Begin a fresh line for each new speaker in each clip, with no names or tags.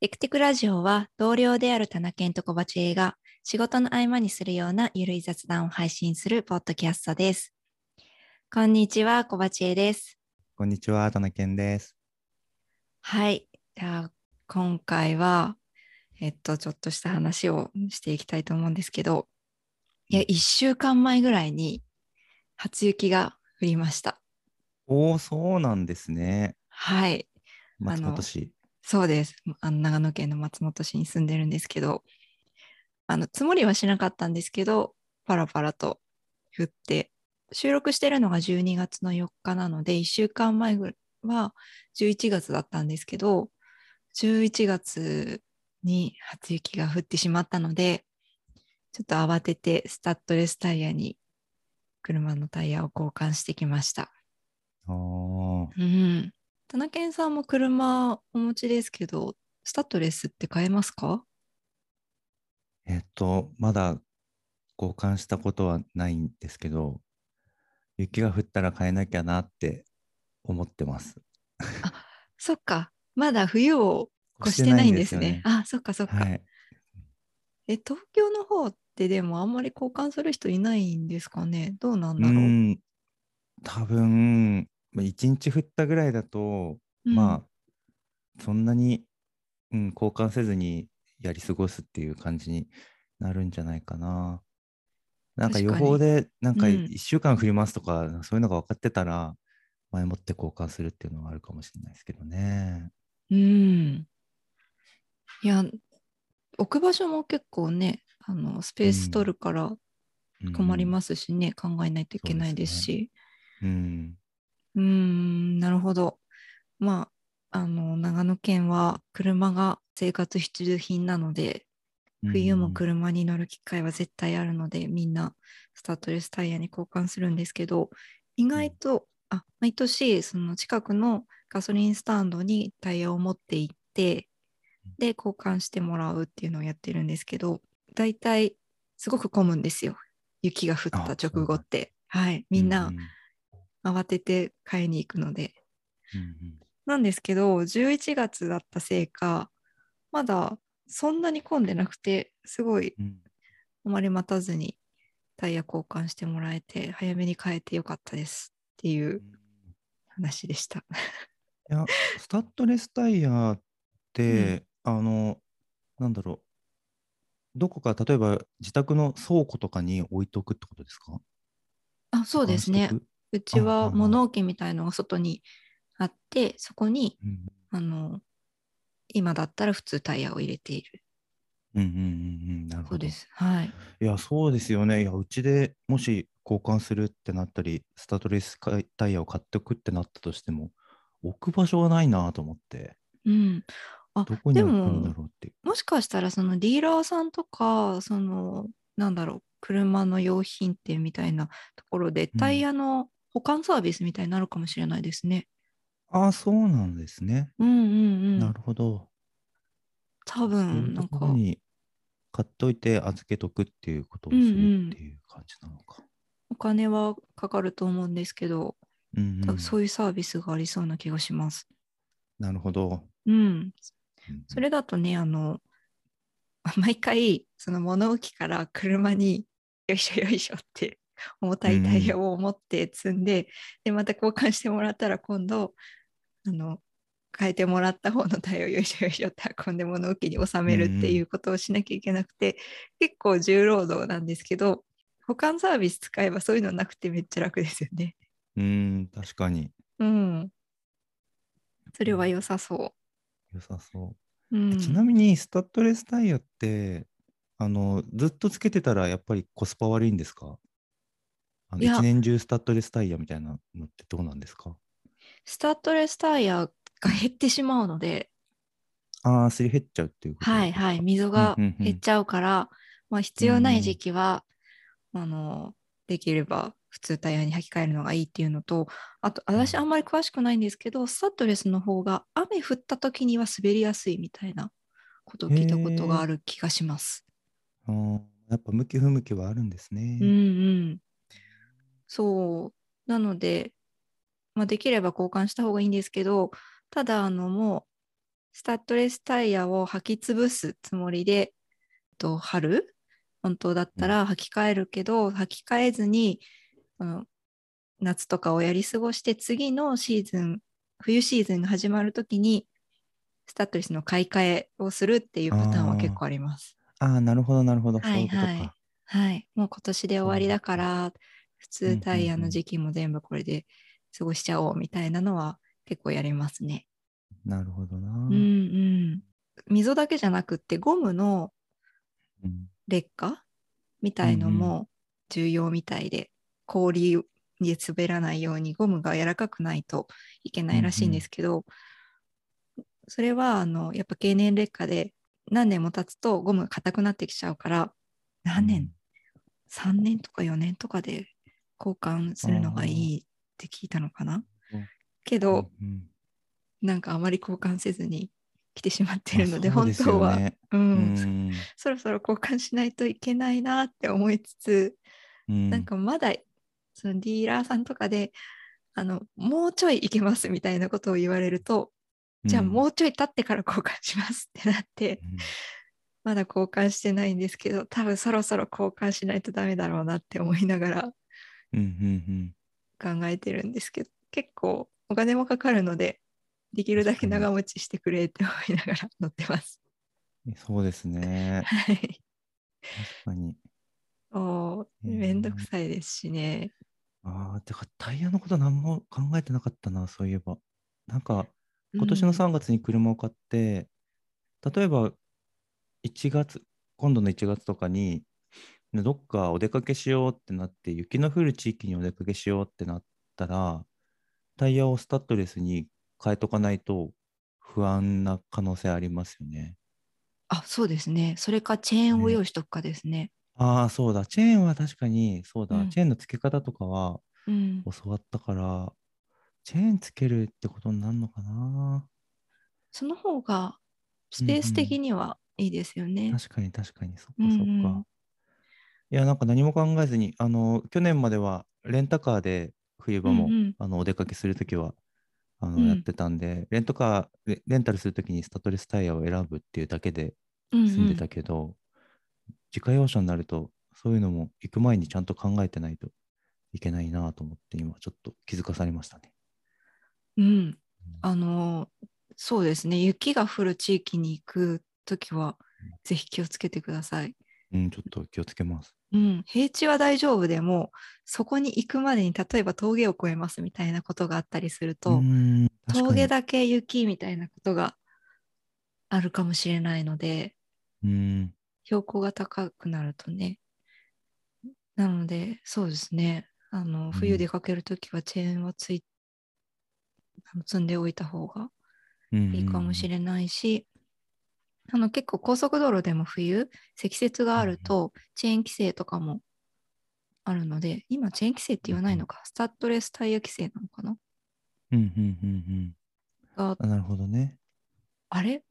テクテクラジオは同僚である田中健と小鉢が仕事の合間にするようなゆるい雑談を配信するポッドキャストです。こんにちは、小鉢です。
こんにちは、田中健です。
はい。じゃあ、今回は、えっと、ちょっとした話をしていきたいと思うんですけど、いや、1週間前ぐらいに初雪が降りました。
おお、そうなんですね。
はい。
松本市。
そうです。あの長野県の松本市に住んでるんですけど、あの積もりはしなかったんですけど、パラパラと降って、収録してるのが12月の4日なので、1週間前ぐらいは11月だったんですけど、11月に初雪が降ってしまったので、ちょっと慌ててスタッドレスタイヤに車のタイヤを交換してきました。
あー
うん。田中健さんも車お持ちですけど、スタッドレスって買えますか
えっと、まだ交換したことはないんですけど、雪が降ったら変えなきゃなって思ってます。
そっか。まだ冬を越してないんですね。あ、そっかそっか、
はい。
え、東京の方ってでもあんまり交換する人いないんですかね。どうなん
う
だろう。
ん、多分、まあ一日降ったぐらいだと、
うん
まあ、そんなに、うん、交換せずにやり過ごすっていう感じになるんじゃないかな。なんか
確
予
かに
報で、なんか
うん
1週間降りますとか、そういうのが分かってたら、前もって交換するっていうのはあるかもしれないですけどね。
うん。いや、置く場所も結構ね、あのスペース取るから困り
す。
ますしね、考えないといけないです
そうです
し。
うん。
うーん、なるほど。まあ、あの、長野県は車が生活必需品なので、冬も
る。
車に乗る機会は絶対あるので、みんなスタッドレスタイヤに交換するんですけど、意外と、あ、毎年、その近くのガソリンスタンドにタイヤを持って行って、で、交換してもらうっていうのをやってるんですけど、だいたいすごく混むんですよ。雪が降った
あそう
直後
なんだ
って。はい、みんな、
う
慌てて買いに行くので。
うんうん
なんですけど、11月だったせいか、まだそんなに混んでなくて、すごい
うん
あまり待たずにタイヤ交換してもらえて、早めに変えてよかったですっていううん話でした。
いや、スタッドレスタイヤって、あの、なんだろう、どこか、例えば自宅の倉庫とかに置いとくってことですか
あ、そうですね。
保管して
うち
ああ
は
あ
物置みたいのが外にあって、そこに、
おく
あの、今だったら普通タイヤを入れている。
うんうんうんうんうん、なる
そ
ほ
う
ど。
です。はい。
いや、そうですよね。いや、うちでもし交換するってなったり、スタッドレスかいタイヤを買っておくってなったとしても、置く場所がないなと思って、
うん。あ
どこ、に
で
置くん
も
だ、ろうっていう。
もしかしたらそのディーラーさんとかそのなんだろう車の用品店みたいなところで
うん
タイヤの保管サービスみたいになるかもしれないですね。
ああ、そうなんですね。
うんうんう
なんる。ほど。
多
そうい
分
う
な
と
ん
こ
か
ろに買っといて預けとくっていうことをす
うんう
る
ん
っていう感じなのか。
お金はかかると思うんですけど、
うんうん
多分そういうサービスがありそうな気がします。
なるほど。
うん。
うんうん
それだとね、あの、 毎回その物置から車によいしょよいしょって重たいタイヤを持って積んで、で、また交換してもらったら今度、あの、変えてもらった方のタイヤをよいしょよいしょって運んで物置に収めるっていうことをしなきゃいけなくて、結構重労働なんですけど、保管サービス使えばそういうのなくてめっちゃ楽ですよね。
うーん、確かに
うん。それは良さそ。
良さそう
う
う。
ん、
ちなみに、スタッドレスタイヤって、あの、ずっとつけてたらやっぱりコスパ悪いんですかあの
いや
一年中スタッドレスタイヤみたいなのってどうなんですか
スタッドレスタイヤが減ってしまうので、
ああ、すり減っちゃうっていうこと
はいはい、溝が
うんうんうん
減っちゃうから、まあ、必要な
うんう
い
ん
時期は、あのできれば普通タイヤに履き替えるのがいいっていうのとあと私
うん
あんまり詳しくないんですけどスタッドレスの方が雨降った時には滑りやすいみたいなことを聞いたことがある気がします。
あーやっぱ向き不向きはあるんですね。
うんうん、そうなので、まあ、できれば交換した方がいいんですけどただあのもスタッドレスタイヤを履き潰すつもりで、と春本当だったら履き替えるけど、履き替えずにその夏とかをやり過ごして次のシーズン冬シーズンが始まるときにスタッドレスの買い替えをするっていうパターンは結構あります。
ああ、なるほど、なるほど。
はい
そういうこと
はい
か。
はい、もう今年で終わりだから普
うんう
通
んうん
タイヤの時期も全部これで過ごしちゃおうみたいなのは結構やりますね。
なるほどな。
うんうん、溝だけじゃなくってゴムの
うん
劣化みたいの
うん
も重要みたいで、氷で滑らないようにゴムが柔らかくないといけないらしいんですけど、それはあのやっぱ経年劣化で何年も経つとゴムが硬くなってきちゃうから何年、3年とか4年とかで交換するのがいいって聞いたのかな
うん。
け
うん
ど、
うん
なんかあまり交換せずに来てしまってるので
まあそう
本
すよ
当は、
ね
うん、
うん
そろそろ交換しないといけないなって思いつつ、
うん
なんかまだそのディーラーさんとかであのもうちょいいけますみたいなことを言われると、じゃあもうちょい経ってから交換しますってなって
うん
まだ交換してないんですけど多分そろそろ交換しないとダメだろうなって思いながら
うんうん
考えてるんですけど結構お金もかかるのでできるだけ長持ちしてくれって思いながら乗ってます。
うんそうですね。
はい
確かに。
お
へえ
めんどくさいですしね。
ああ、てかタイヤのこと何も考えてなかったな、そういえば。なんか、今年の
うん
3月に車を買って、例えば1月、今度の1月とかに、ねどっかお出かけしようってなって、雪の降る地域にお出かけしようってなったら、タイヤをスタッドレスに変えとかないと不安な可能性ありますよね。
あそうですね。それかチェーンを用意しとくかですね。
ああ、そうだ、チェーンは確かに、そうだ、
うん
チェーンの付け方とかは
うん、
教わったから、チェーンつけるってことになるのかな。
その方がスペース的にはいいですよね。
確かに確かに、そっか
うんうん
そっか。いや、なんか何も考えずに、あの、去年まではレンタカーで冬場も、
うんうん
あのお出かけするときはあの、
うん
やってたんで、レンタカーレ、レンタルするときにスタッドレスタイヤを選ぶっていうだけで
うん
済んで
う
た
ん
けど、自家用車になると、そういうのも行く前にちゃんと考えてないといけないなと思って、今ちょっと気づかされましたね。
うん、あのーそうですね。雪が降る地域に行くときはぜひ気をつけてください。
うん、ちょっと気をつけます。
うん、平地は大丈夫でもそこに行くまでに例えば峠を越えますみたいなことがあったりすると、
うん、確かに
峠だけ雪みたいなことがあるかもしれないので
うん、
標高が高くなるとねなのでそうですねあの冬出かけるときはチェーンはつい、あの積んでおいた方がいいかもし
ない。
れないし、あの結構高速道路でも冬積雪があるとチェーン規制とかもあるので今チェーン規制って言わないのかスタッドレスタイヤ規制なのかな
うん、うん、うん、
が
うん。あなるほどね。
あれ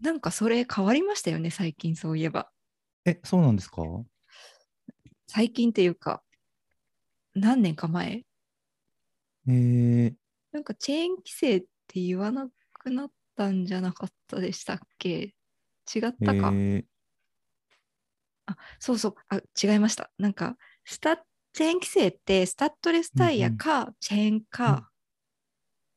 なんかそれ変わりましたよね、最近そういえば。
え、そうなんですか
最近っていうか、何年か前。
えー、
なんかチェーン規制って言わなくなったんじゃなかったでしたっけ違っ
え
たか、
ー
そうそう、あ、違いました。なんか、スタチェーン規制ってスタッドレスタイヤか、チェーン
うん
か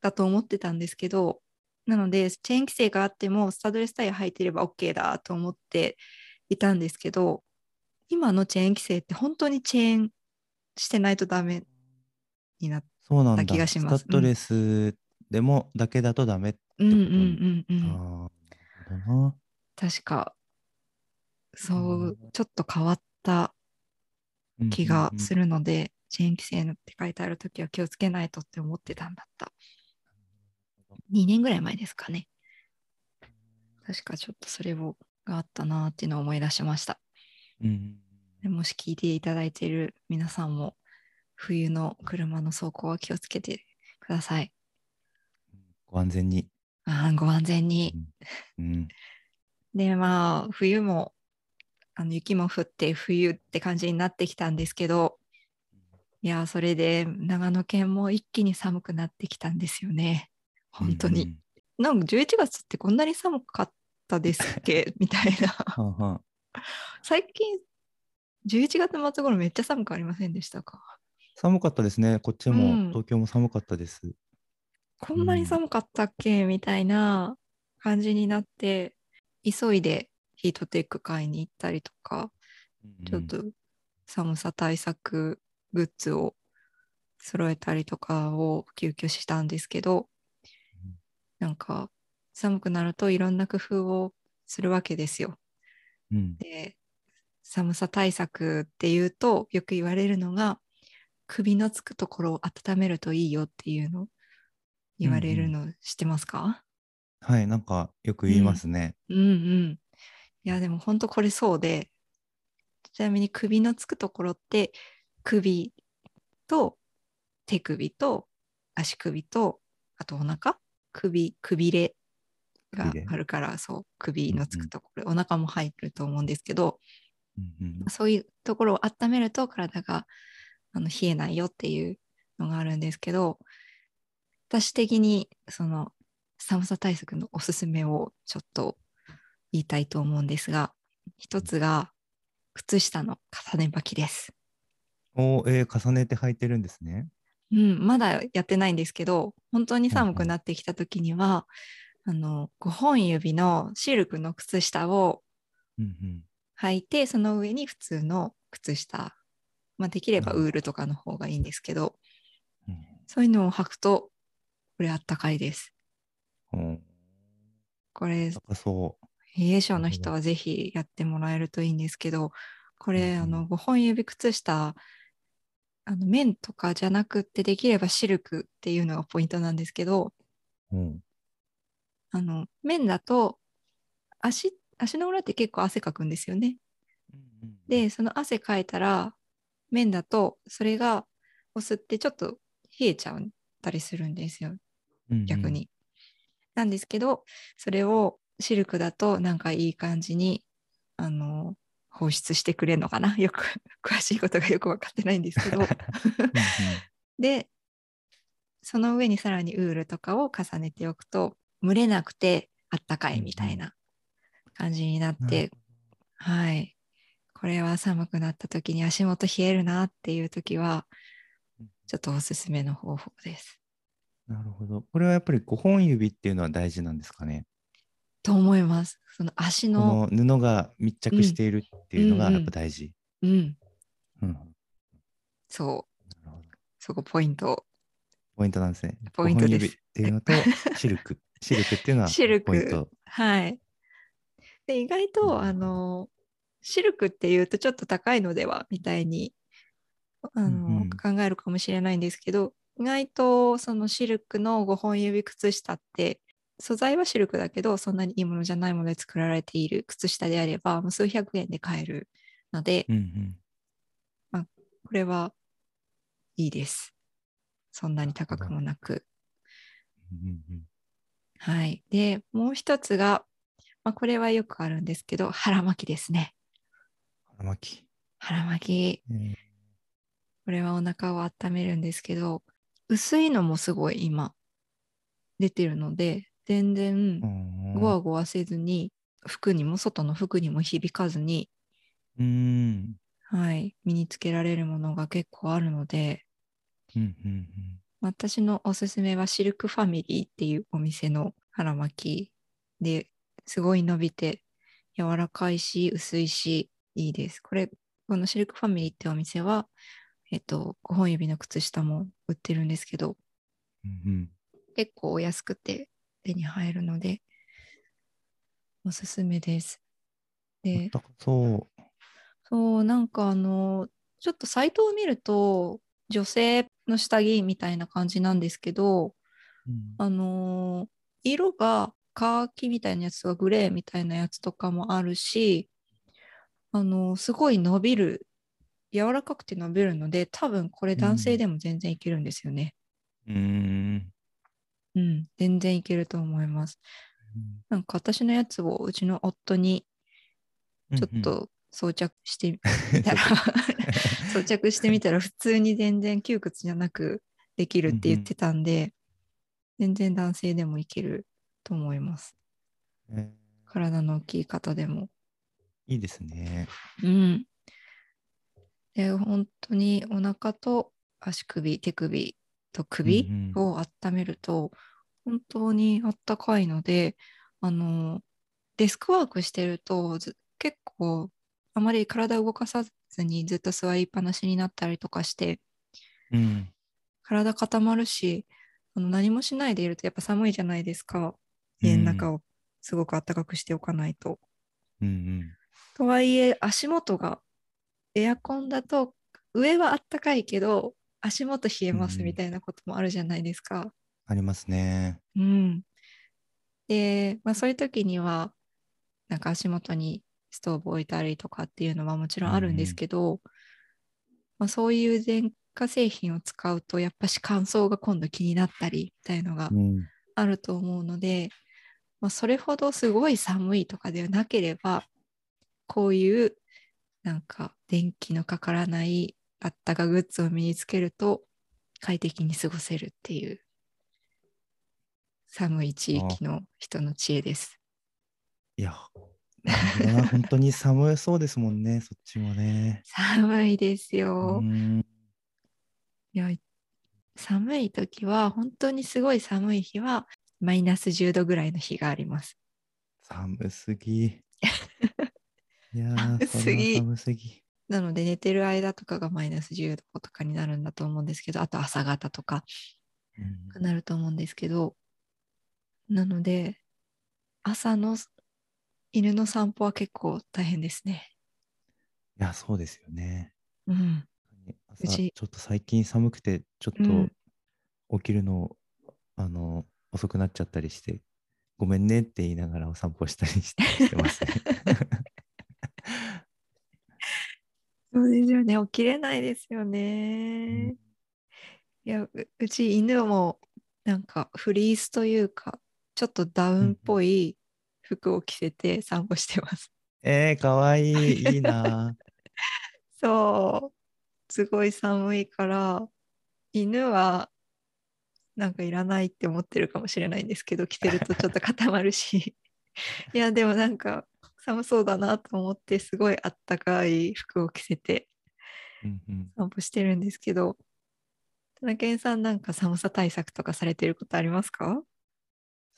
だと思ってたんですけど、なので、チェーン規制があっても、スタッドレスタイヤ履いてれば OK だと思っていたんですけど、今のチェーン規制って本当にチェーンしてないとダメになっ
そうなんだ。
気がします
スタッドレスでも、だけだとダメ。
うんうんうんうん。
ああ、なるほどな。、
確か、そううんちょっと変わった
うん
気がす
うん
るので、チェーン規制のって書いてあるときは気をつけないとって思ってたんだった。2年ぐらい前ですかね。確かちょっとそれをがあったなーっていうのを思い出しました。
うんうん
でもし聞いていただいている皆さんも、冬の車の走行は気をつけてください。
ご安全に。
あーご安全に。
うん。
でまあ冬もあの雪も降って冬って感じになってきたんですけどいやーそれで長野県も一気に寒くなってきたんですよね本当に、
うん
なんか11月ってこんなに寒かったですっけみたいな。
はんはん
最近、11月末頃めっちゃ寒くありませんでしたか
寒かったですね。こっち
う
も
ん
東京も寒かったです。
こんなに寒かったっけ、みたいな感じになって、急いでヒートテック買いに行ったりとか、
うん
ちょっと寒さ対策グッズを揃えたりとかを急遽したんですけど
うん、
なんか寒くなるといろんな工夫をするわけですよ。
うん
で、寒さ対策っていうとよく言われるのが、首のつくところを温めるといいよっていうの言われるの知ってますか、
はい、なんかよく言いますね。
うんうん。いや、でも本当これそうで、ちなみに首のつくところって、首と手首と足首と、あとお腹首、くびれが
くびれ
あるから、そう、首のつくところ、お腹も入ると思うんですけど、
うんうん
そういうところを温めると体があの冷えないよっていうのがあるんですけど、私的にその寒さ対策のおすすめをちょっと言いたいと思うんですが、一つが靴下の重ね履きです。
おーえー重ねて履いてるんですね。
うん、まだやってないんですけど、本当に寒くなってきた時には、あの5本指のシルクの靴下を
うんうん
履いてその上に普通の靴下、まあ、できれば
うん
ウールとかの方がいいんですけど、
うん
そういうのを履くとこれあったかいです。
おー
これ
高そ
冷え性の人はぜひやってもらえるといいんですけどこれ、
うんうん
あの5本指靴下あの綿とかじゃなくってできればシルクっていうのがポイントなんですけど
う。うん
あの綿だと足足の裏って結構汗かくんですよね。で、その汗かいたら、面だと、それが、お酢ってちょっと冷えちゃったりするんですよ、
うんうん
逆に。。なんですけど、それをシルクだと、なんかいい感じに、あの、放出してくれるのかなよく、 詳しいことがよく分かってないんですけど。
うんうん
で、その上にさらにウールとかを重ねておくと、蒸れなくてあったかいみたいな感じになっ
な
て
る、
はい。これは寒くなった時に足元冷えるなっていう時は、ちょっとおすすめの方法です。
なるほど。これはやっぱり5本指っていうのは大事なんですかね。
と思います。その足
こ
の、
の布が密着しているっていうの
う
が
ん
やっぱ大事。
うん、
うんなる
そう、
ほど
そこポイント。
ポイントなんですね。
ポイントです
5本指っていうのとシル ク。シルクっていうのは
シルク
ポイント。
はい。で、意外
うんうんう
と、
ん
あの、シルクっていうとちょっと高いのではみたいにあの、
うんうん
考えるかもしれないんですけど、意外とそのシルクの5本指靴下って、素材はシルクだけど、そんなにいいものじゃないもので作られている靴下であれば、もう数百円で買えるので、
うんうん
これはいいです。そんなに高くもなく。
うんうん
はい。で、もう一つが、まあ、これはよくあるんですけど、腹巻きですね。
腹巻き。
腹巻き。
えー
これはお腹を温めるんですけど、薄いのもすごい今出てるので、全然
うん
ゴワゴワせずに、服にも外の服にも響かずに、
うん
はい、身につけられるものが結構あるので、
うんうん
私のおすすめはシルクファミリーっていうお店の腹巻きですごい伸びて柔らかいし薄いしいいです。これこのシルクファミリーってお店は、えっと、5本指の靴下も売ってるんですけど
うんうん
結構お安くて手に入るのでおすすめです。
う
で
ん。そう。
そう、なんかあの、ちょっとサイトを見ると、女性の下着みたいな感じなんですけど、
うん
あのー色がカーキみたいなやつとかグレーみたいなやつとかもあるし、あのーすごい伸びる、柔らかくて伸びるので、多分これ男性でも全然いけるんですよね。
うん
うん、全然いけると思います。なんか私のやつをうちの夫にちょっ
うんうん
と装着してみたら、 装着してみたら普通に全然窮屈じゃなくできるって言ってたんで、全然男性でもいけると思います。
え
体の大きい方でも。
ーいいですね。
うん。で、本当にお腹と足首、手首と首
うんうん
を温めると、本当にあったかいので、あの、デスクワークしてると、ず結構、あまり体を動かさずにずっと座りっぱなしになったりとかして、
うん。
体固まるし、あの何もしないでいるとやっぱ寒いじゃないですか。家の中をすごく暖かくしておかないと。
うんうん。
とはいえ足元がエアコンだと上はあったかいけど足元冷えま
うん
す
うん
みたいなこともあるじゃないですか。
ありますね。
うん、で、まあ、そういう時にはなんか足元にストーブ置いたりとかっていうのはもちろんあるんですけど、まあ、そういう電化製品を使うとやっぱし乾燥が今度気になったりみたいのが
うん。
あると思うので、まあ、それほどすごい寒いとかではなければこういうなんか電気のかからないあったかグッズを身につけると快適に過ごせるっていう寒い地域の人の知恵です。
いや、なるほどな本当に寒そうですもんね、 そっちもね。
寒いです
う
よ。
ん。
いや寒い時は本当にすごい寒い日はマイナス10度ぐらいの日があります。
寒す ぎ。いやー
寒すぎ
それは寒すぎ。
なので寝てる間とかがマイナス10度とかになるんだと思うんですけどあと朝方とか
うん
なると思うんですけどなので朝の犬の散歩は結構大変ですね。
いや、そうですよね。
うん、う
朝
ち
ちょっと最近寒くて、ちょ
う
っ
ん
と起きるの、あの、遅くなっちゃったりして、ごめんねって言いながらお散歩したり してしてますね。
そうですよね起きれないですよ
う
ね
ん。
いやううち犬もなんかフリースというかちょっとダウンっぽい服を着せて散歩してます。
えー、かわいい、いいな
そう、すごい寒いから、犬はなんかいらないって思ってるかもしれないんですけど、着てるとちょっと固まる し、いや、でもなんか寒そうだなと思って、すごいあったかい服を着せて
ー。うんうん
散歩してるんですけど、田中健さんなんか寒さ対策とかされてることありますか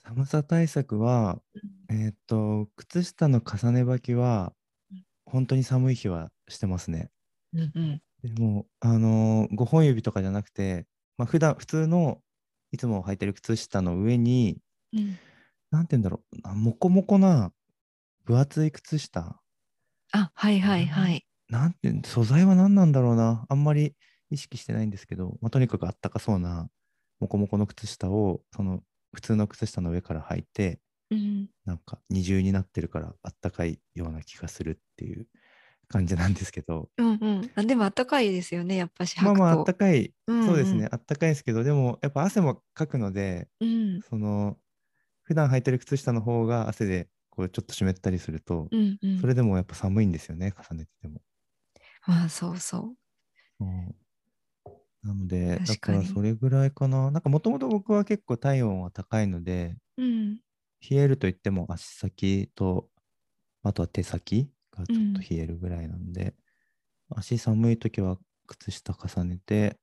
寒さ対策は、えーっと、靴下の重ね履きは
うん、
本当に寒い日はしてますね。
うんうん
でも、あのー、5本指とかじゃなくて、まあ、普段、普通の、いつも履いてる靴下の上に、
うん。
なんて言うんだろう、なもこもこな、分厚い靴下。
あ、はいはいはい。
なんて、素材は何なんだろうな。あんまり意識してないんですけど、まあ、とにかくあったかそうな、もこもこの靴下を、その、普通の靴下の上から履いて、
うん、
なんか二重になってるからあったかいような気がするっていう感じなんです けど、
うんうんあでもあったかいですよね、やっぱし履く
まあ
と。
まああったかい、
うんうん
そうですね、あったかいですけど、でもやっぱ汗もかくので、
うん
その、普段履いてる靴下の方が汗でこうちょっと湿ったりすると、
うんうん
それでもやっぱ寒いんですよね、重ねてても。
まあそうそう。
うんなので、だ
確
か
からに
それぐらいかな。なんかもともと僕は結構体温は高いので、
うん、
冷えると言っても足先とあとは手先がちょっと冷えるぐらいなんで、足寒い時は靴下重ねて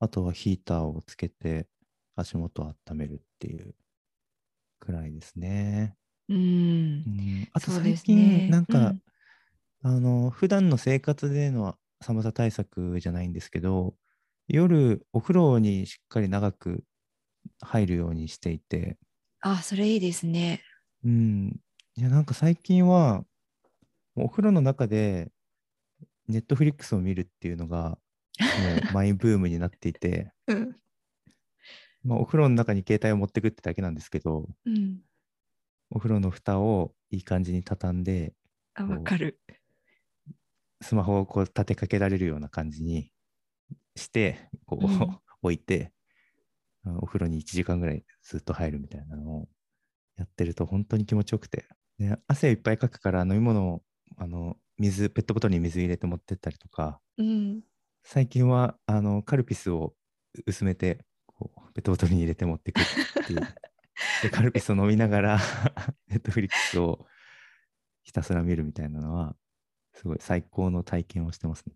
あとはヒーターをつけて足元を温めるっていうくらいですね。
うん
う、ん、あと
そうで
最
す
近、
ね
なんか、
うん
あの普段の生活での寒さ対策じゃないんですけど夜お風呂にしっかり長く入るようにしていて、
あそれいいですね。
うん。いや、なんか最近は、もうお風呂の中で、ネットフリックスを見るっていう のが、もうマイブームになっていて、
うん、
まあ、お風呂の中に携帯を持ってくってだけなんですけど、
うん、
お風呂の蓋をいい感じに畳んで、
あ
こう
わかる。
スマホをこう立てかけられるような感じにして、こう、
うん
置いて、あのお風呂に1時間ぐらいずっと入るみたいなのをやってると本当に気持ちよくて、で汗をいっぱいかくから飲み物を、あの、水、ペットボトルに水入れて持ってったりとか、
うん、
最近は、あの、カルピスを薄めて、こう、ペットボトルに入れて持ってくっていうでカルピスを飲みながら、 ネットフリックスをひたすら見るみたいなのは、すごい最高の体験をしてますね。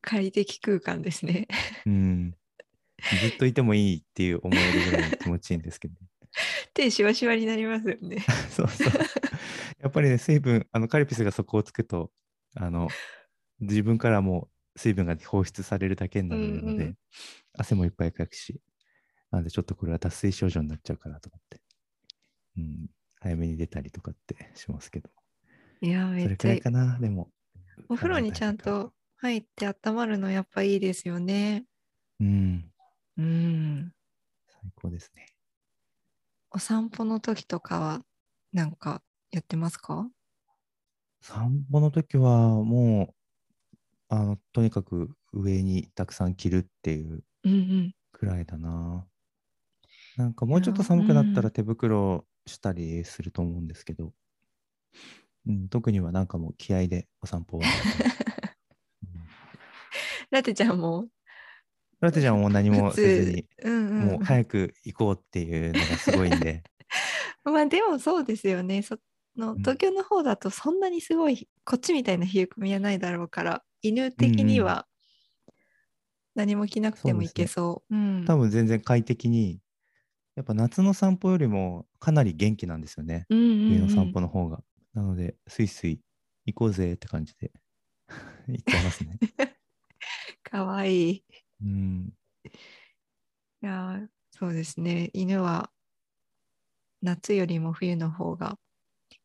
快適空間ですね。
うん。ずっといてもいいっていう思えるぐらい気持ちいいんですけど、
手しわしわになりますよ ね。
そうそう。やっぱりね、水分、あのカルピスがそこをつくと、あの、自分からも水分が放出されるだけになるので、
うんうん
汗もいっぱいかくし、なんでちょっとこれは脱水症状になっちゃうかなと思って、うん、早めに出たりとかってしますけど、
いや、め
それ
っ
く
ちゃ
ら
い
い
い
かな、でも。
お風呂にちゃん
体が。
と入って温まるのやっぱいいですよね。
うん、
うん。
最高ですね。
お散歩の時とかはなんかやってますか
散歩の時はもう、あの、とにかく上にたくさん着るっていう
うんうん。
くらいだな。なんかもうちょっと
いやー
寒くなった
う
ら手袋したりすると思うんですけど、うん、特にはなんかもう気合でお散 歩は。うん
ラテちゃんも
ラテちゃんはもう何も
普
せず
通
に、。
うんうん、
もう早く行こうっていうのがすごいんで、
まあでもそうですよね。その
ん
東京の方だとそんなにすごいこっちみたいな冷え込みはないだろうから犬的には何も着なくてもいけそう。 うん
多分全然快適に、やっぱ夏の散歩よりもかなり元気なんですよね、
うんうん
冬
うん
の散歩の方が。なので、スイスイ行こうぜって感じで 行っちゃいますね。
かわいい。
うん
いやーそうですね犬は夏よりも冬の方が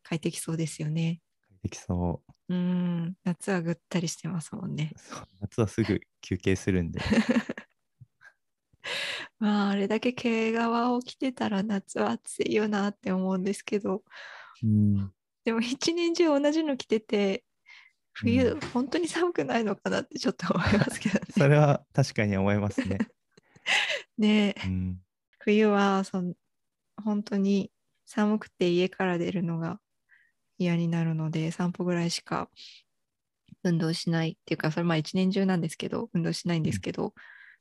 快適そうですよね
快適そう。
うん夏はぐったりしてますもんね
そう夏はすぐ休憩するんで
まああれだけ毛皮を着てたら夏は暑いよなって思うんですけど
うん
でも一年中同じの着てて冬、
うん
本当に寒くないのかなってちょっと思いますけ ど
それは確かに思います ね。
ねえ
うん、
冬はその本当に寒くて家から出るのが嫌になるので散歩ぐらいしか運動しないっていうかそれまあ一年中なんですけど運動しないんですけど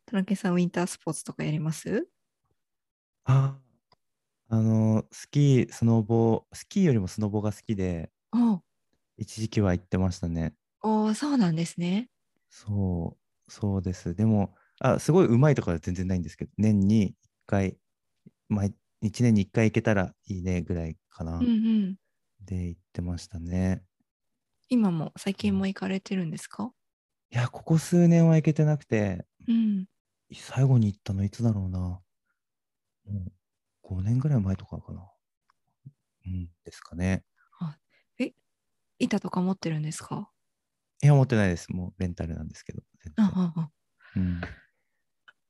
田中さんウィンタースポーツとかやります
ああのスキースノボスキーよりもスノボが好きで
お
一時期は行ってましたね。
おそうなんですね。
そうそうです。でもあすごいうまいとかは全然ないんですけど年に1回毎1年に1回行けたらいいねぐらいかな、
うんうん、
で行ってましたね。
今も最近も行かれてるんですか、
いやここ数年は行けてなくて
うん、
最後に行ったのいつだろうな。もう5年ぐらい前とかかな。うん、ですかね。
板とか持ってるんですか
いや、持ってないです。もうレンタルなんですけど。全
あ
然
ああ
うん、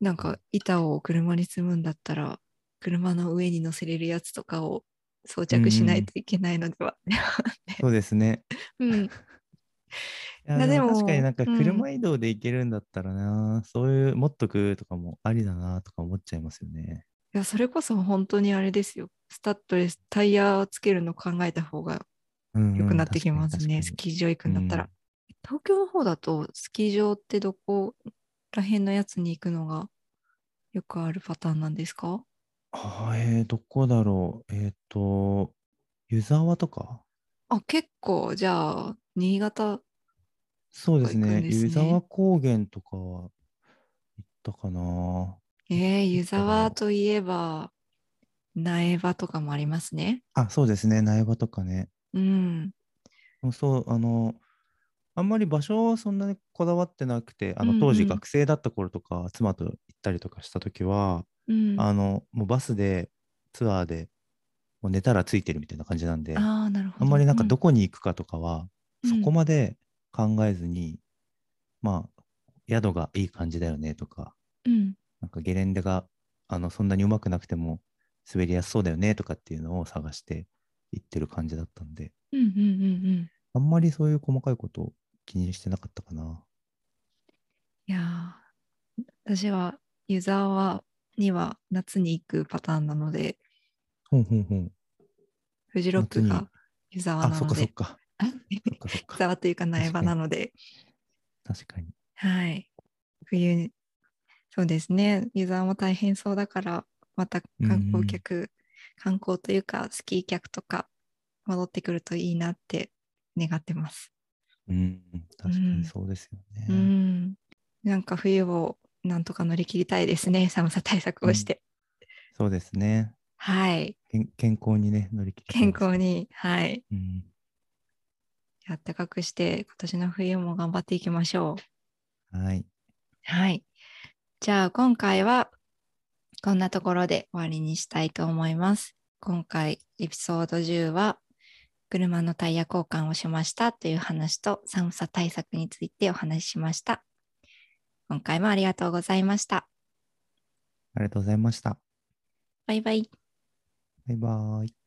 なんか板を車に積むんだったら車の上に乗せれるやつとかを装着しないといけないのでは、
そうですね。
うん、
い
いや
や
で
で
も
も確かになんか
うん
車移動で行けるんだったらな、そういう持っとくとかもありだなとか思っちゃいますよね。
いやそれこそ本当にあれですよスタッドレスタイヤをつけるの考えた方が
うんうん
良くなってきますね、ス
確か
キー場行くんだったら、
うん
東京の方だとスキー場ってどこら辺のやつに行くのがよくあるパターンなんですか
にあーえー、どこだろう。えっ、と、湯沢とか
あ結構じゃあ新潟
そうです
とか行
ね。
くんですね
湯沢高原とかは行ったかな。
えー、湯
だろう
沢といえば苗場とかもありますね
あ、そうですね、苗場とかね。
うん
うんそう、あの、あんまり場所はそんなにこだわってなくて、あ
うんう
の
ん
当時学生だった頃とか、妻と行ったりとかした時は、
うん
あの、もうバスで、ツアーで、もう寝たらついてるみたいな感じなんで、あ
あーなるほど
んまりなんかど
こ、
こに行くかとかは、
うん
そ
うん
こまで考えずに、まあ、宿がいい感じだよねとか、
うん
なんかゲレンデがあのそんなにうまくなくても滑りやすそうだよねとかっていうのを探して行ってる感じだったんで、
うんうんうんうん
あんまりそういう細かいことを気にしてなかったかな。
いやー私は湯沢には夏に行くパターンなので
ほんほんほん。
フジロック
夏
が
に
湯沢
あ、
な
そっ
の
かそっ
で
か。そっかそ っ
湯
か。
沢というか苗場なので
確かに。
はい冬そうですね湯沢も大変そうだからまた観光客観光というか、スキー客とか戻ってくるといいなって願ってます。
うん、確かにそうですよね。
うん。なんか冬をなんとか乗り切りたいですね。 寒さ対策をして。
そうですね。
はい。
けん健康にね、乗り切りたい
健
ですね
康。に、はい。
うん、
あったかくして、今年の冬も頑張っていきましょう。
はい。
はい。じゃあ今回はこんなところで終わりにしたいと思います。今回エピソード10は車のタイヤ交換をしましたという話と寒さ対策についてお話ししました。今回もありがとうございました。
ありがとうございました。
バイバイ。
バイバーイ。